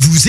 Vous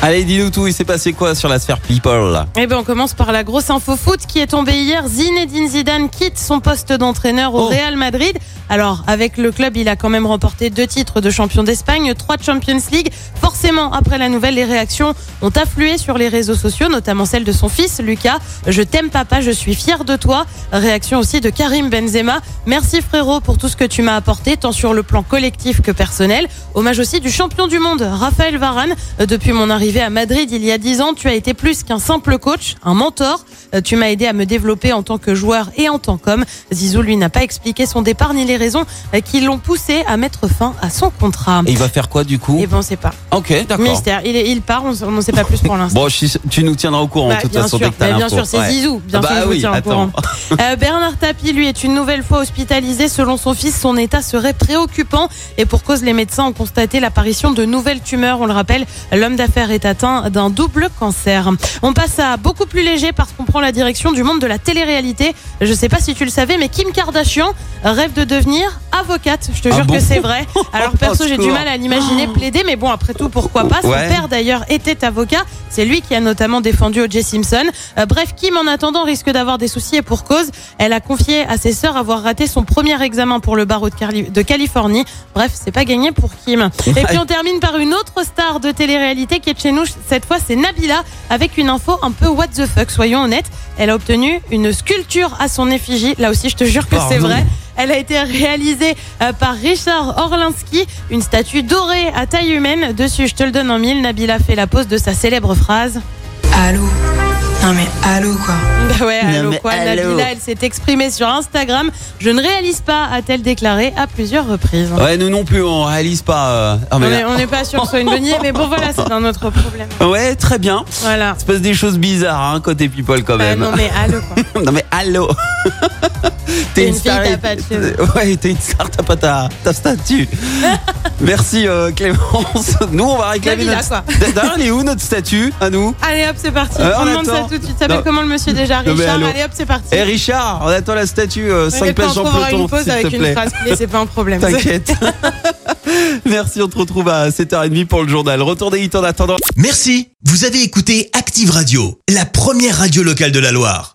Allez, dis-nous tout, il s'est passé quoi sur la sphère People là Eh ben, on commence par la grosse info foot qui est tombée hier. Zinedine Zidane quitte son poste d'entraîneur au Oh. Real Madrid. Alors, avec le club, il a quand même remporté deux titres de champion d'Espagne, trois de Champions League. Forcément, après la nouvelle, les réactions ont afflué sur les réseaux sociaux, notamment celle de son fils, Lucas. Je t'aime, papa, je suis fier de toi. Réaction aussi de Karim Benzema. Merci, frérot, pour tout ce que tu m'as apporté, tant sur le plan collectif que personnel. Hommage aussi du champion du monde, Raphaël Varane. Euh, Depuis mon arrivée à Madrid il y a 10 ans, tu as été plus qu'un simple coach, un mentor. Euh, Tu m'as aidé à me développer en tant que joueur et en tant qu'homme. Zizou, lui, n'a pas expliqué son départ ni les raisons euh, qui l'ont poussé à mettre fin à son contrat. Eh Et il va faire quoi du coup Et bon, c'est pas. Ok, d'accord. Mystère. Il, est- il part, on ne sait pas plus pour l'instant. Bon, je suis- tu nous tiendras au courant Bah, de toute bien façon sûr, dès que t'as bah, bien l'info. sûr, c'est Ouais. Zizou. Bien bah sûr, je vous oui, tiens au attends. courant. Euh, Bernard Tapie, lui, est une nouvelle fois hospitalisé. Selon son fils, son état serait préoccupant. Et pour cause, les médecins ont constaté l'apparition de nouvelles tumeurs. On le rappelle, l'homme d'affaires est atteint d'un double cancer. On passe à beaucoup plus léger parce qu'on prend la direction du monde de la télé-réalité. Je sais pas si tu le savais, mais Kim Kardashian rêve de devenir avocate. Je te Ah jure bon que c'est vrai. Alors, Au perso, j'ai du secours. mal à l'imaginer plaider, mais bon, après tout, pourquoi pas Son Ouais. père, d'ailleurs, était avocat. C'est lui qui a notamment défendu O.J. Simpson. Euh, bref, Kim, en attendant, risque d'avoir des soucis et pour cause. Elle a confié à ses sœurs avoir raté son premier examen pour le barreau de, Cali- de Californie. Bref, c'est pas gagné pour Kim. Et puis on termine par une autre star de télé-réalité qui est de chez nous. Cette fois, c'est Nabila avec une info un peu what the fuck. Soyons honnêtes, elle a obtenu une sculpture à son effigie. Là aussi, je te jure que c'est Pardon. vrai. Elle a été réalisée euh, par Richard Orlinski, une statue dorée à taille humaine. Dessus, je te le donne en mille, Nabila fait la pose de sa célèbre phrase. Allô. Non mais allô quoi. Bah ouais, Non, allô mais quoi, allô. Nabila, elle s'est exprimée sur Instagram. Je ne réalise pas, a-t-elle déclaré à plusieurs reprises. Ouais, nous non plus, on réalise pas. euh, ah, mais On est- là- on n'est pas sûr que ce soit une bonne idée, mais bon voilà, c'est un autre problème. Ouais, très bien. Voilà. Il se passe des choses bizarres hein, côté people quand Bah même. non mais allô quoi. non. mais allô. T'es une fille, t'as pas de cheveux. Ouais, t'es une star, t'as pas ta, ta statue. Merci euh, Clémence. Nous, on va réclamer Nabila, notre. quoi. D'ailleurs, elle est où notre statue à nous Allez hop, c'est parti. Alors, on Euh, on demande ça attend. tout de suite. Non. S'appelle comment le monsieur déjà Non, mais Richard allô. Allez hop, c'est parti. Eh Richard, on attend la statue Mais 5 quand places on Jean trouvera Pluton, une pause s'il avec te une plaît. phrase clé, c'est pas un problème. T'inquiète. Merci, on te retrouve à 7h30 pour le journal. Retournez hit en attendant. Merci. Vous avez écouté Active Radio, la première radio locale de la Loire.